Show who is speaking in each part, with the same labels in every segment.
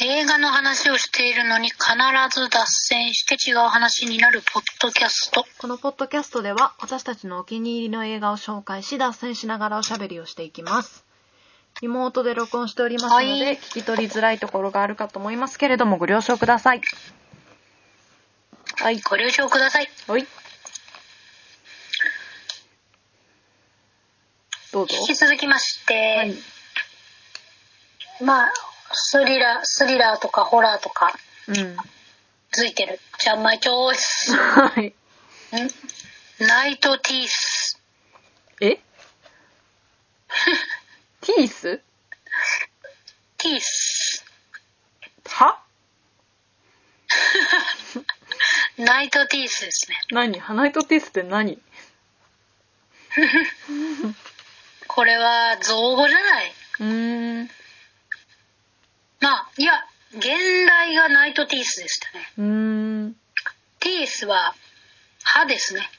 Speaker 1: 映画の話をしているのに必ず脱線して違う話になるポッドキャスト。
Speaker 2: このポッドキャストでは私たちのお気に入りの映画を紹介し脱線しながらおしゃべりをしていきます。リモートで録音しておりますので、
Speaker 1: はい
Speaker 2: 聞き取りづらいところがあるかと思いますけれどもご了承ください。はい。
Speaker 1: ご了承ください。
Speaker 2: はい。どうぞ。
Speaker 1: 引き続きまして、
Speaker 2: はい。
Speaker 1: まあ、スリラー、スリラーとかホラーとか
Speaker 2: うん。
Speaker 1: ついてる。じゃあ、マイチョイス。
Speaker 2: はい。
Speaker 1: んナイトティース。
Speaker 2: えティース
Speaker 1: ティース。
Speaker 2: は
Speaker 1: ナイトティースですね。
Speaker 2: 何ハナイトティースって何
Speaker 1: これは造語じゃないう
Speaker 2: ーん。
Speaker 1: まあ、いや、現代がナイトティースでしたね。
Speaker 2: うーん。
Speaker 1: ティースは歯ですね。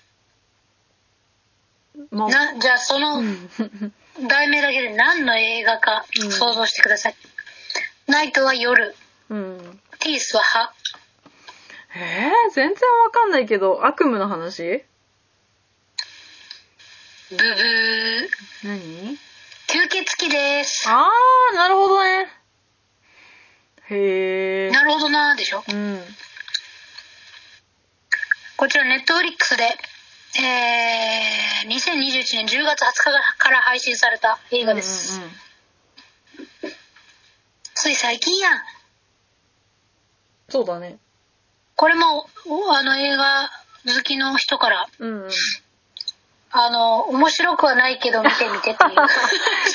Speaker 2: まあ、
Speaker 1: な、じゃあその題名だけで何の映画か
Speaker 2: うん
Speaker 1: 想像してください。ナイトは夜、
Speaker 2: うん。
Speaker 1: ティースは歯。
Speaker 2: えー、全然わかんないけど、悪夢の話
Speaker 1: ブブー。
Speaker 2: 何
Speaker 1: 吸血鬼です。
Speaker 2: あー、なるほどね。へえ。
Speaker 1: なるほどなーでしょ。
Speaker 2: うん。
Speaker 1: こちらネットフリックスで、えー、2021年10月20日から配信された映画です。
Speaker 2: うんうんうん
Speaker 1: つい最近やん。
Speaker 2: そうだね。
Speaker 1: これも、おあの映画好きの人から
Speaker 2: う ん、うん。
Speaker 1: あの、面白くはないけど見てみ てっていう。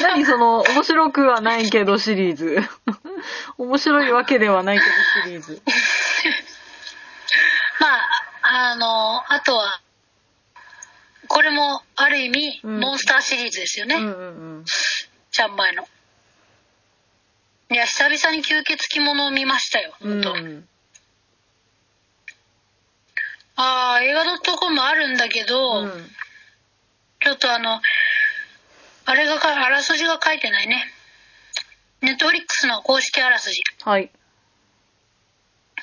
Speaker 2: 何その、面白くはないけどシリーズ。 面白いわけではないけどシリーズ。
Speaker 1: まあ、あの、あとは、これもある意味、
Speaker 2: うん
Speaker 1: モンスターシリーズですよね。
Speaker 2: うんうんうん。
Speaker 1: ちゃんまいの。いや、久々に吸血鬼ものを見ましたよ、
Speaker 2: う
Speaker 1: 本当、
Speaker 2: ん。
Speaker 1: ああ、映画 .com あるんだけど、
Speaker 2: うん
Speaker 1: ちょっとあの、あれがか、あらすじが書いてないね。ネットフリックスの公式あらすじ。
Speaker 2: はい。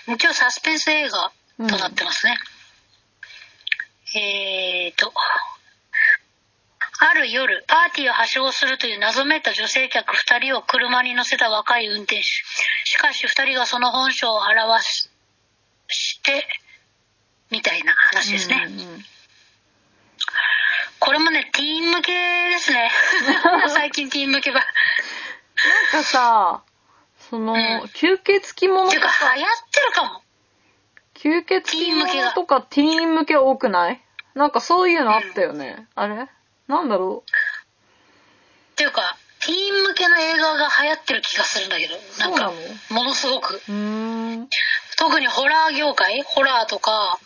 Speaker 1: 一応サスペンス映画となってますね、えーとある夜パーティーを発祥するという謎めいた女性客2人を車に乗せた若い運転手しかし2人がその本性を表ししてみたいな話ですね、
Speaker 2: うんうん
Speaker 1: これもねティーン向けです ね最近ティーン向けばっ
Speaker 2: なんかさ、その、
Speaker 1: ん
Speaker 2: 吸血鬼もの
Speaker 1: てい
Speaker 2: と
Speaker 1: うか
Speaker 2: か、
Speaker 1: 流行ってるかも
Speaker 2: 吸血鬼ものとかティーン向け多くないなんかそういうのあったよね。あれなんだろ
Speaker 1: っていうかティーン向けの映画が流行ってる気がするんだけど
Speaker 2: う
Speaker 1: なん
Speaker 2: そうな
Speaker 1: か
Speaker 2: のう
Speaker 1: ものすごく
Speaker 2: ーん。
Speaker 1: 特にホラー業界ホラーとか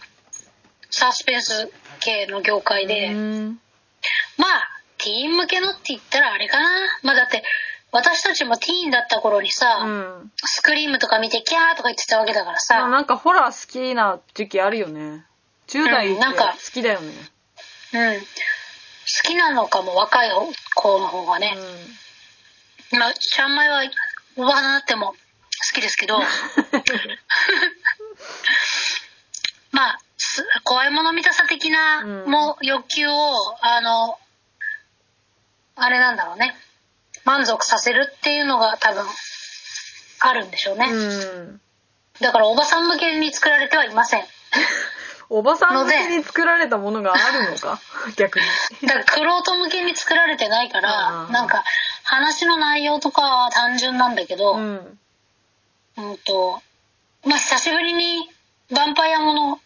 Speaker 1: サスペンス系の業界で、
Speaker 2: うーん
Speaker 1: まあティーン向けのって言ったらあれかなまあだって私たちもティーンだった頃にさ、
Speaker 2: うん。
Speaker 1: スクリームとか見てキャーとか言ってたわけだからさ、
Speaker 2: まあなんかホラー好きな時期あるよね。10代っ
Speaker 1: うん
Speaker 2: て
Speaker 1: な
Speaker 2: 好
Speaker 1: んか
Speaker 2: きだよね。
Speaker 1: うん好きなのかも若い子の方がね、まあちゃんまいはおばはなっても好きですけど まあす怖いもの見たさ的な
Speaker 2: うん
Speaker 1: もう欲求を、あのあれなんだろうね満足させるっていうのが多分あるんでしょうね、
Speaker 2: うん。うん。
Speaker 1: だからおばさん向けに作られてはいません
Speaker 2: おばさん向けに作られたものがあるのか 逆に。
Speaker 1: だからクロート向けに作られてないか
Speaker 2: あ
Speaker 1: ら
Speaker 2: ー
Speaker 1: なんか話の内容とかは単純なんだけど、
Speaker 2: うん。
Speaker 1: うんと、まあ、久しぶりにヴァンパイアもの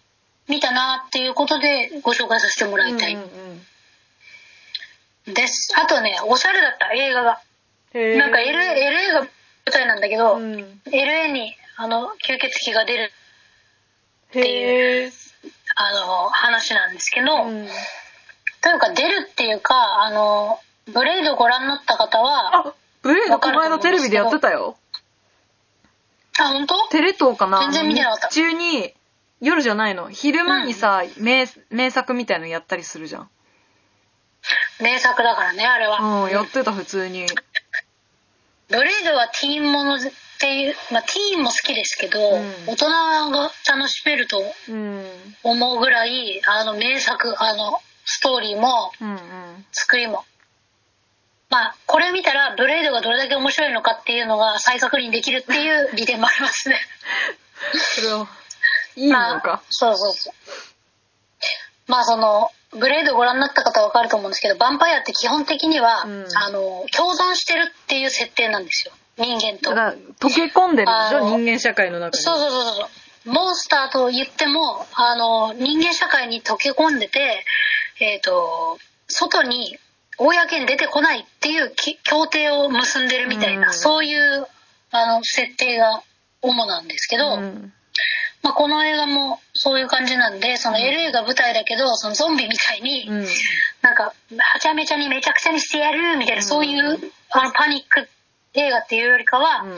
Speaker 1: 見たなっていうことでご紹介させてもらいたい
Speaker 2: うんうんうん
Speaker 1: です。あとね、おしゃれだった映画が。
Speaker 2: へー
Speaker 1: なんか LA, LA が舞台なんだけど、
Speaker 2: うん
Speaker 1: LA にあの吸血鬼が出る
Speaker 2: へえ。
Speaker 1: あの話なんですけど、
Speaker 2: うん
Speaker 1: というか出るっていうか、あの、ブレイドご覧になった方は、あ、
Speaker 2: あ、ブレイドこの間テレビでやってたよ。
Speaker 1: 本当
Speaker 2: テレ東かな
Speaker 1: 全然見てなかった
Speaker 2: 日中に、夜じゃないの。昼間にさ、名、名作みたいのやったりするじゃん。
Speaker 1: 名作だからね、あれは。
Speaker 2: うん、やってた、普通に。
Speaker 1: ブレイドはティーンものっていう、まあ、ティーンも好きですけど、
Speaker 2: うん
Speaker 1: 大人が楽しめると
Speaker 2: うん
Speaker 1: 思うぐらいあの名作あのストーリーも
Speaker 2: うんうん
Speaker 1: 作りもまあこれ見たらブレードがどれだけ面白いのかっていうのが再確認できるっていう利点もありますね
Speaker 2: それを いい
Speaker 1: ま
Speaker 2: の
Speaker 1: あ
Speaker 2: か、
Speaker 1: そうそうそうまあそのブレードご覧になった方は分かると思うんですけどヴァンパイアって基本的には、
Speaker 2: うん
Speaker 1: あの共存してるっていう設定なんですよ人間と
Speaker 2: だから溶け込んでるでし
Speaker 1: あ
Speaker 2: ょ
Speaker 1: の
Speaker 2: 人間社会の中に
Speaker 1: そうそうそうそうモンスターと言ってもあの人間社会に溶け込んでてえっ、と外に公に出てこないっていうき協定を結んでるみたいな、
Speaker 2: うん
Speaker 1: そういうあの設定が主なんですけど、
Speaker 2: ん
Speaker 1: まあ、この映画もそういう感じなんでその LA が舞台だけどそのゾンビみたいに、
Speaker 2: うん
Speaker 1: なんかはちゃめちゃにめちゃくちゃにしてやるみたいな、そういうあのパニック映画っていうよりかは、
Speaker 2: うん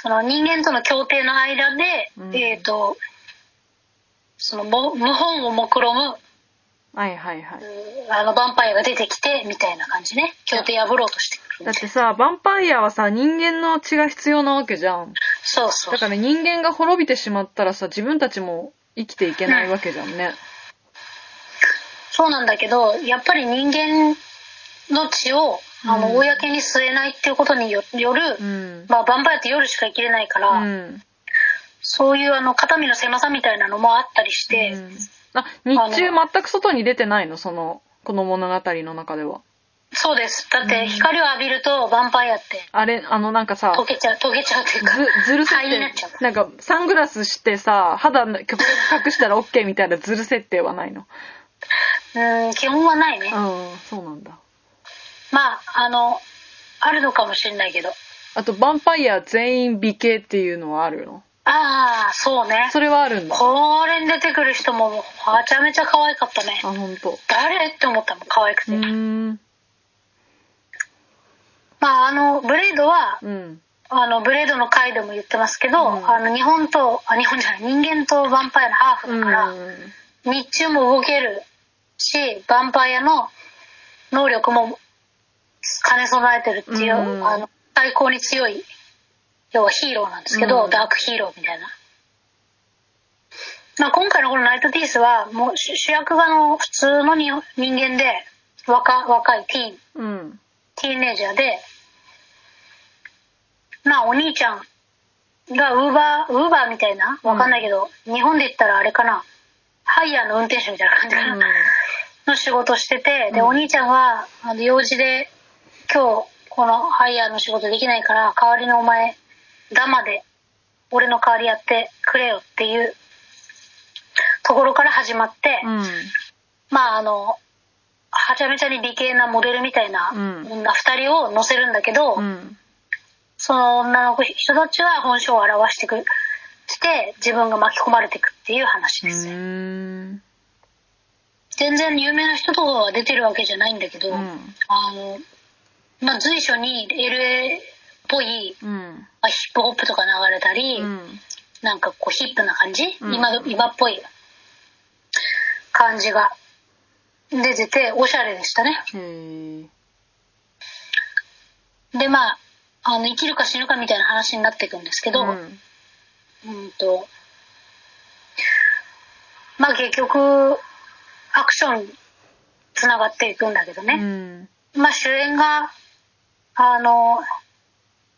Speaker 1: その人間との協定の間で、
Speaker 2: うん
Speaker 1: えっ、とそのも謀反を目論む
Speaker 2: はいはいはい
Speaker 1: あのヴァンパイアが出てきてみたいな感じね協定破ろうとしてく
Speaker 2: だ
Speaker 1: る
Speaker 2: ってさヴァンパイアはさ人間の血が必要なわけじゃん
Speaker 1: そうそう
Speaker 2: だから人間が滅びてしまったらさ自分たちも生きていけないわけじゃんね
Speaker 1: そうなんだけどやっぱり人間の血をあの、
Speaker 2: うん
Speaker 1: 公に据えないっていうことによよる、
Speaker 2: うん
Speaker 1: まあ、ヴァンパイアって夜しか生きれないから、
Speaker 2: うん
Speaker 1: そういうあの肩身の狭さみたいなのもあったりして、
Speaker 2: うんあ日中全く外に出てないのそのこの物語の中では
Speaker 1: そうですだっ
Speaker 2: うん
Speaker 1: て光を浴びるとヴァンパイアって
Speaker 2: あれあのなんかさ
Speaker 1: 溶けちゃう溶けちゃうっていうか
Speaker 2: ずずる設
Speaker 1: 灰になっちゃう
Speaker 2: 定なんかサングラスしてさ肌の極力隠したら OK みたいなずる設定はないの
Speaker 1: うん基本はないね
Speaker 2: うんそうなんだ
Speaker 1: まああのあるのかもしれないけど
Speaker 2: あとヴァンパイア全員美形っていうのはあるの
Speaker 1: ああそうね
Speaker 2: それはあるんだあ
Speaker 1: これに出てくる人もはちゃめちゃ可愛かったね
Speaker 2: 本当。
Speaker 1: 誰って思ったもん可愛く
Speaker 2: う
Speaker 1: て、
Speaker 2: ーん
Speaker 1: まああのブレードは
Speaker 2: うん
Speaker 1: あのブレードの回でも言ってますけど、
Speaker 2: うん
Speaker 1: あの日本とあ日本じゃない人間とヴァンパイアのハー
Speaker 2: う
Speaker 1: フ
Speaker 2: ん
Speaker 1: だから、日中も動けるしヴァンパイアの能力も兼ね備えてるっていう、
Speaker 2: うん
Speaker 1: あの最高に強い要はヒーローなんですけど、
Speaker 2: うん
Speaker 1: ダークヒーローみたいな、まあ、今回のこの「ナイト・ディース」はもう主主役があの普通のに人間で若若いティーン
Speaker 2: うん
Speaker 1: ティーンエイジャーでまあお兄ちゃんがウーバーウーバーみたいなわかんないけど、日本で言ったらあれかなハイヤーの運転手みたいな感じかな、の仕事しててで、
Speaker 2: うん
Speaker 1: お兄ちゃんはあの用事で今日このハイヤーの仕事できないから代わりのお前ダマで俺の代わりやってくれよっていうところから始まって、
Speaker 2: うん
Speaker 1: まああのはちゃめちゃに美形なモデルみたいな
Speaker 2: うん
Speaker 1: 女2人を乗せるんだけど、
Speaker 2: うん
Speaker 1: その女の子人たちは本性を表してくして自分が巻き込まれていくっていう話
Speaker 2: う
Speaker 1: ですね、
Speaker 2: ーん
Speaker 1: 全然有名な人とかは出てるわけじゃないんだけど、
Speaker 2: うん
Speaker 1: あの、まあ、随所に LA っぽい
Speaker 2: うん
Speaker 1: まあヒップホップとか流れたり、
Speaker 2: うん
Speaker 1: なんかこうヒップな感じ、
Speaker 2: うん
Speaker 1: 今ど今っぽい感じが出てておしゃれでしたね
Speaker 2: へえ
Speaker 1: でまああの生きるか死ぬかみたいな話になっていくんですけど、
Speaker 2: うん
Speaker 1: うんとまあ結局アクションにつながっていくんだけどね、まあ主演があの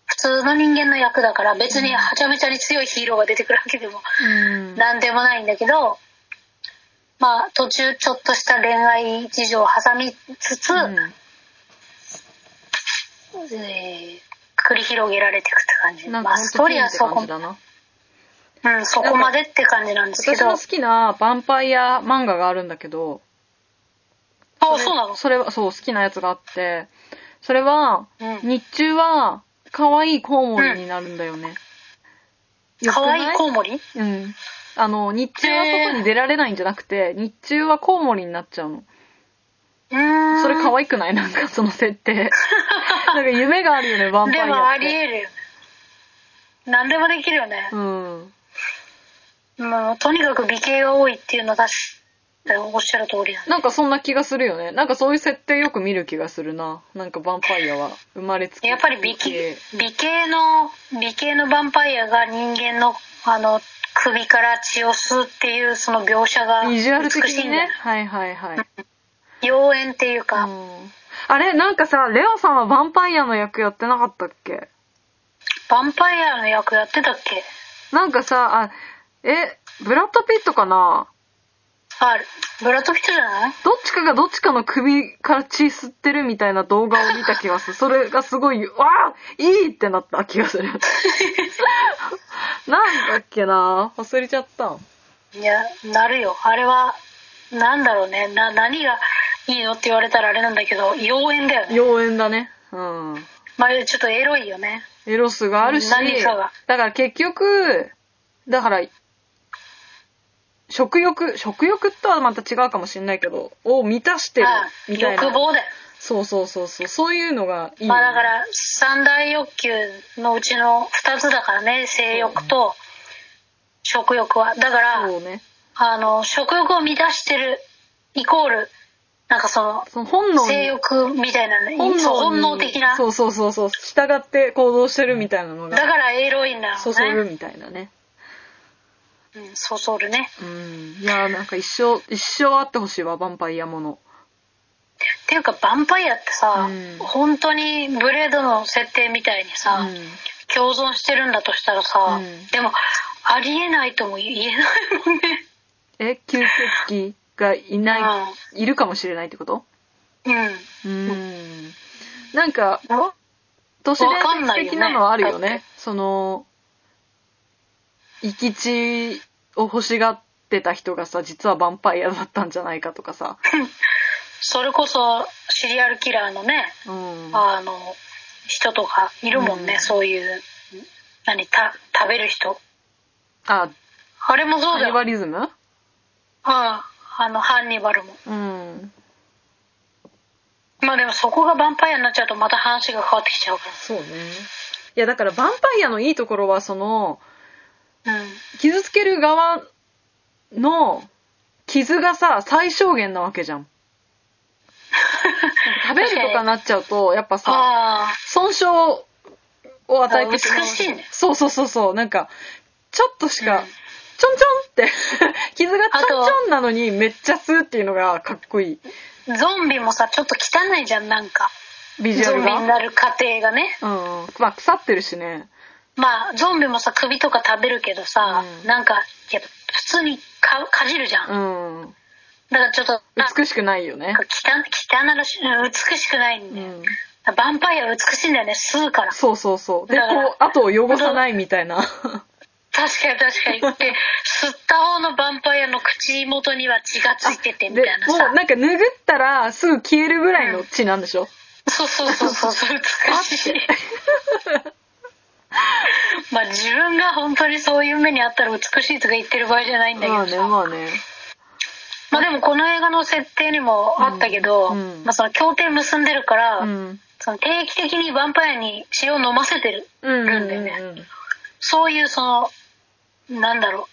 Speaker 1: 普通の人間の役だから別にはちゃめちゃに強いヒーローが出てくるわけでも
Speaker 2: うん
Speaker 1: なんでもないんだけどまあ途中ちょっとした恋愛事情を挟みつつ、えー繰り広げられていくって感じ
Speaker 2: なん
Speaker 1: ま
Speaker 2: か
Speaker 1: あ
Speaker 2: 本
Speaker 1: ス
Speaker 2: 当
Speaker 1: トー
Speaker 2: に
Speaker 1: リー
Speaker 2: いい
Speaker 1: は
Speaker 2: って
Speaker 1: そ
Speaker 2: 感
Speaker 1: こ
Speaker 2: じ,、だな
Speaker 1: うん、そこまでって感じなんですけ
Speaker 2: 私
Speaker 1: ど
Speaker 2: の好きなヴァンパイア漫画があるんだけど
Speaker 1: あそうなの
Speaker 2: それはそう好きなやつがあってそれは
Speaker 1: うん
Speaker 2: 日中は可愛いコウモリになるんだよね、よく
Speaker 1: 可
Speaker 2: な
Speaker 1: 愛いコウモリ
Speaker 2: うんあの日中は外に出られないんじゃなくて日中はコウモリになっちゃうの
Speaker 1: うーん
Speaker 2: それ可愛くないなんかその設 定なんか夢があるよねヴァンパイ
Speaker 1: で
Speaker 2: アって
Speaker 1: もありえるよね何でもできるよね、
Speaker 2: うん
Speaker 1: もうとにかく美形が多いっていうのが確でおっしゃる通りなんで
Speaker 2: なんかそんな気がするよね。なんかそういう設定よく見る気がするな。なんかヴァンパイアは生まれつき。
Speaker 1: やっぱり美形美形の美形のヴァンパイアが人間のあの首から血を吸うっていうその描写が
Speaker 2: ビジュアル的
Speaker 1: 美しい
Speaker 2: に
Speaker 1: んだ
Speaker 2: ね
Speaker 1: よ。
Speaker 2: はいはいはい。
Speaker 1: 妖艶っていうか、
Speaker 2: うんあれなんかさ、レオさんはヴァンパイアの役やってなかったっけ
Speaker 1: ヴァンパイアの役やってたっけ
Speaker 2: なんかさ、あ、え、ブラッド・ピットかな
Speaker 1: あブラッド・ピットじゃない
Speaker 2: どっちかがどっちかの首から血吸ってるみたいな動画を見た気がする。それがすごい、わあいいってなった気 がする。なんだっけな忘れちゃった。
Speaker 1: いやなるよあれはなんだろうねな何がいいのって言われたらあれなんだけど妖艶だよね
Speaker 2: 妖艶だね。うん。
Speaker 1: まあちょっとエロいよね
Speaker 2: エロスがあるし、
Speaker 1: 何かが
Speaker 2: だから結局、だから、食欲、食欲とはまた違うかもしれないけど、を満たしてる
Speaker 1: あ
Speaker 2: みたいな。
Speaker 1: 欲望だよ
Speaker 2: そうそうそうそう、そういうのがいいよね、
Speaker 1: まあだから三大欲求のうちの2つだからね性欲と食欲はだから
Speaker 2: そうね。
Speaker 1: あの食欲を満たしてるイコールなんかそ
Speaker 2: その本
Speaker 1: の
Speaker 2: 能
Speaker 1: 性
Speaker 2: に、
Speaker 1: 欲みたいなねそう本能的な
Speaker 2: そうそうそうそう、従って行動してるみたいなの
Speaker 1: だか
Speaker 2: が、
Speaker 1: らエロいんだろ
Speaker 2: そう
Speaker 1: う
Speaker 2: る
Speaker 1: ね
Speaker 2: みたいなね。
Speaker 1: うんそそるね
Speaker 2: うん。いやーなんか一生、一生あってほしいわ、ヴァンパイアもの。
Speaker 1: っていうかヴァンパイアってさ、
Speaker 2: うん
Speaker 1: 本当にブレードの設定みたいに
Speaker 2: う
Speaker 1: さ、
Speaker 2: ん
Speaker 1: 共存してるんだとしたらさ、
Speaker 2: うん
Speaker 1: でもありえないとも言えないもんね
Speaker 2: え、吸血鬼がいない、いるかもしれないってこと
Speaker 1: うん
Speaker 2: うん。なんか、
Speaker 1: わ
Speaker 2: 都市伝
Speaker 1: わかんないよ
Speaker 2: 説
Speaker 1: ね
Speaker 2: 的なのはあるよね。
Speaker 1: だって
Speaker 2: その、生き地を欲しがってた人がさ、実はヴァンパイアだったんじゃないかとかさ。
Speaker 1: それこそシリアルキラーのね
Speaker 2: うん。
Speaker 1: あの人とかいるもんね、
Speaker 2: うん
Speaker 1: そういう何た食べる人
Speaker 2: あ、
Speaker 1: あれもそうだ
Speaker 2: カニ
Speaker 1: よ
Speaker 2: バリズム
Speaker 1: あああのハンニバルも
Speaker 2: うん。
Speaker 1: まあでもそこがヴァンパイアになっちゃうとまた話が変わってきちゃうか
Speaker 2: そうね。いや、だからヴァンパイアのいいところは、その、
Speaker 1: らうん
Speaker 2: 傷つける側の傷がさ最小限なわけじゃ ん食べるとかなっちゃうとやっぱさ
Speaker 1: ああ
Speaker 2: 損傷を与えてしまう
Speaker 1: あ美しいね
Speaker 2: そうそうそうそうなんかちょっとしか、
Speaker 1: うん
Speaker 2: ちょんちょんって 傷がちょんちょんなのにめっちゃ吸うっていうのがかっこいい
Speaker 1: ゾンビもさちょっと汚いじゃんなんか
Speaker 2: ビジュア
Speaker 1: ゾ
Speaker 2: ル
Speaker 1: ンビに
Speaker 2: が
Speaker 1: なる過程がね
Speaker 2: うんまあ腐ってるしね
Speaker 1: まあゾンビもさ首とか食べるけどさ、
Speaker 2: うん
Speaker 1: なんかやっぱ普通にかかじるじゃん、
Speaker 2: う
Speaker 1: だ
Speaker 2: ん
Speaker 1: からちょっとあ
Speaker 2: 美しくないよね
Speaker 1: なんか汚汚らしうん美しくないん
Speaker 2: う
Speaker 1: だよ、
Speaker 2: ん
Speaker 1: ヴァンパイアは美しいんだよね吸うから
Speaker 2: そうそうそうでこ
Speaker 1: だから
Speaker 2: う後を汚さないみたいな
Speaker 1: 確かに 確かにで吸った方のヴァンパイアの口元には血がついててみ
Speaker 2: で
Speaker 1: たいな
Speaker 2: もう
Speaker 1: さ
Speaker 2: なんか拭ったらすぐ消えるぐらいの血なんでしょ、
Speaker 1: そうそうそうそうそう美し いまあ自分が本当にそういう目にあったら美しいとか言ってる場合じゃないんだけど
Speaker 2: まあね
Speaker 1: さ、
Speaker 2: まあね
Speaker 1: まあでもこの映画の設定にもあったけど、
Speaker 2: うんうん
Speaker 1: まあ、その協定結んでるから、
Speaker 2: うん
Speaker 1: その定期的にヴァンパイアに血を飲ませてる、
Speaker 2: うん
Speaker 1: るんだよねそういうそのなんだろう好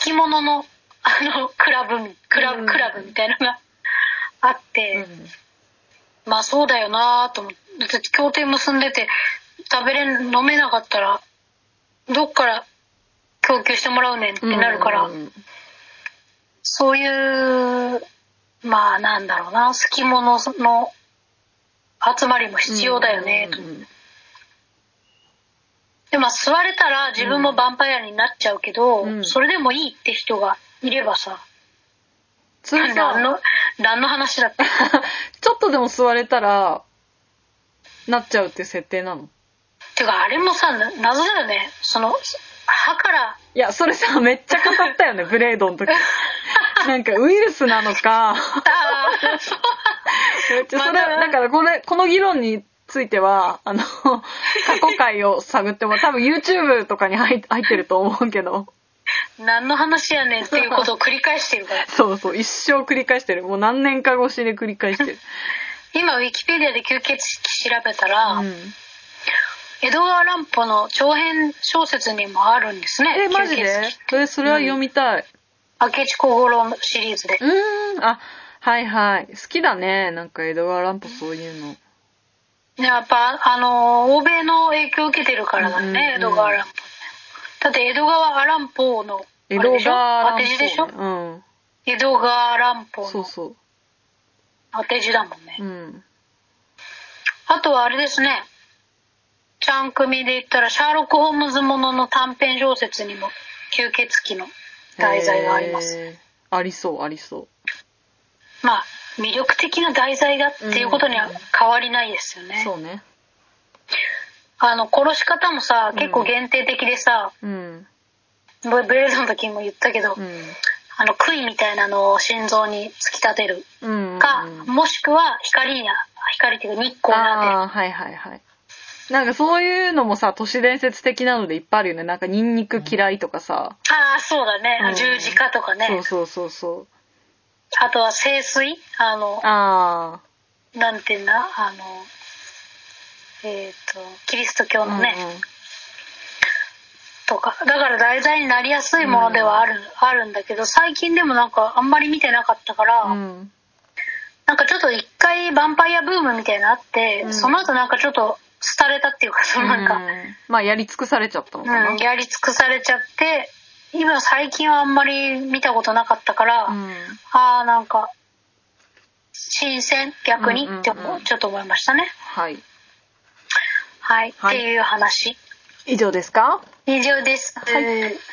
Speaker 1: き者のあのクラブクラブ、
Speaker 2: うん
Speaker 1: クラブみたいなのが あって、まあそうだよなと思ってだって協定結んでて食べれん飲めなかったらどっから供給してもらうねんってなるから、
Speaker 2: うん
Speaker 1: そういう、まあなんだろうな、好き者の集まりも必要だよね、
Speaker 2: うん
Speaker 1: と
Speaker 2: うんうん
Speaker 1: で、まあ吸われたら自分もヴァンパイアになっちゃうけど、
Speaker 2: うん
Speaker 1: それでもいいって人がいればさ、
Speaker 2: それ
Speaker 1: 何
Speaker 2: さ
Speaker 1: の、何の話だって。
Speaker 2: ちょっとでも座れたらなっちゃうっていう設定なの
Speaker 1: てかあれもさ、な謎だよね。その、歯から、
Speaker 2: いやそれさ めっちゃ語ったよねブレードの時 なんかウイルスなのか
Speaker 1: あー
Speaker 2: めっちゃそ
Speaker 1: ま
Speaker 2: れ
Speaker 1: だ
Speaker 2: だからこれこの議論については あの過去回を探っても多分 YouTube とかに入っ入ってると思うけど
Speaker 1: 何の話やねんっていうことを繰り返してるから。
Speaker 2: そうそう、一生繰り返してる。もう何年か越しで繰り返してる。
Speaker 1: 今、ウィキペディアで吸血鬼調べたら、
Speaker 2: うん、
Speaker 1: 江戸川乱歩の長編小説にもあるんですね。
Speaker 2: え、マジ
Speaker 1: 吸血
Speaker 2: で
Speaker 1: 鬼
Speaker 2: え、それは読みたい。
Speaker 1: 明智小五郎シリーズで。
Speaker 2: うーん、あ、はいはい。好きだね。なんか江戸川乱歩そういうの。
Speaker 1: やっぱ、あのー欧米の影響を受けてるからだね、
Speaker 2: うんう
Speaker 1: 江
Speaker 2: んうん
Speaker 1: 戸川乱歩。だって江戸川乱歩の、
Speaker 2: 江戸川
Speaker 1: あ
Speaker 2: 乱
Speaker 1: れでしょ当て字でしょ、
Speaker 2: 歩、ね。
Speaker 1: 江戸川乱
Speaker 2: う
Speaker 1: 歩
Speaker 2: ん。そう
Speaker 1: の
Speaker 2: そ
Speaker 1: 当て字だもんね。
Speaker 2: う。うん。
Speaker 1: あとはあれですね。ちゃん組で言ったら、シャーロック・ホームズものの短編小説にも、吸血鬼の題材があります。
Speaker 2: へー。ありそう、ありそう。
Speaker 1: まあ、魅力的な題材だっていうことには変わりないですよね。
Speaker 2: そうね。
Speaker 1: あの、殺し方もさ、
Speaker 2: うん
Speaker 1: 結構限定的でさ、
Speaker 2: うん。
Speaker 1: ブブレードの時も言ったけど、
Speaker 2: うん。
Speaker 1: あの、杭みたいなのを心臓に突き立てる
Speaker 2: うんうん、うん。
Speaker 1: か、もしくは光や、光っていうか日光な
Speaker 2: ああー、はいはいはい。なんかそういうのもさ、都市伝説的なのでいっぱいあるよね。なんかニンニク嫌いとかさ。
Speaker 1: で。ああー、そうだね。
Speaker 2: うん
Speaker 1: 十字架とかね。
Speaker 2: そうそうそうそう。
Speaker 1: あとは清水あの、
Speaker 2: あ
Speaker 1: なんていうんだあの、えっ、と、キリスト教
Speaker 2: あ。
Speaker 1: のね、
Speaker 2: うんうん
Speaker 1: とか。だから題材になりやすいものではある、あるんだけど、最近でもなんかあんまり見てなかったから、
Speaker 2: うん。
Speaker 1: なんかちょっと一回ヴァンパイアブームみたいなのあって、
Speaker 2: うん
Speaker 1: その後なんかちょっと廃れたっていうか、そのなんか、
Speaker 2: うんまあやり尽くされちゃったのかな。
Speaker 1: うん、やり尽くされちゃって、今最近はあんまり見たことなかったから、
Speaker 2: うん
Speaker 1: ああ、なんか、新鮮逆に、
Speaker 2: うんうんうん
Speaker 1: って思うちょっと思いましたね。
Speaker 2: はい。
Speaker 1: はい、
Speaker 2: はい
Speaker 1: っていう話。
Speaker 2: 以上ですか
Speaker 1: 以上です。
Speaker 2: はい
Speaker 1: えー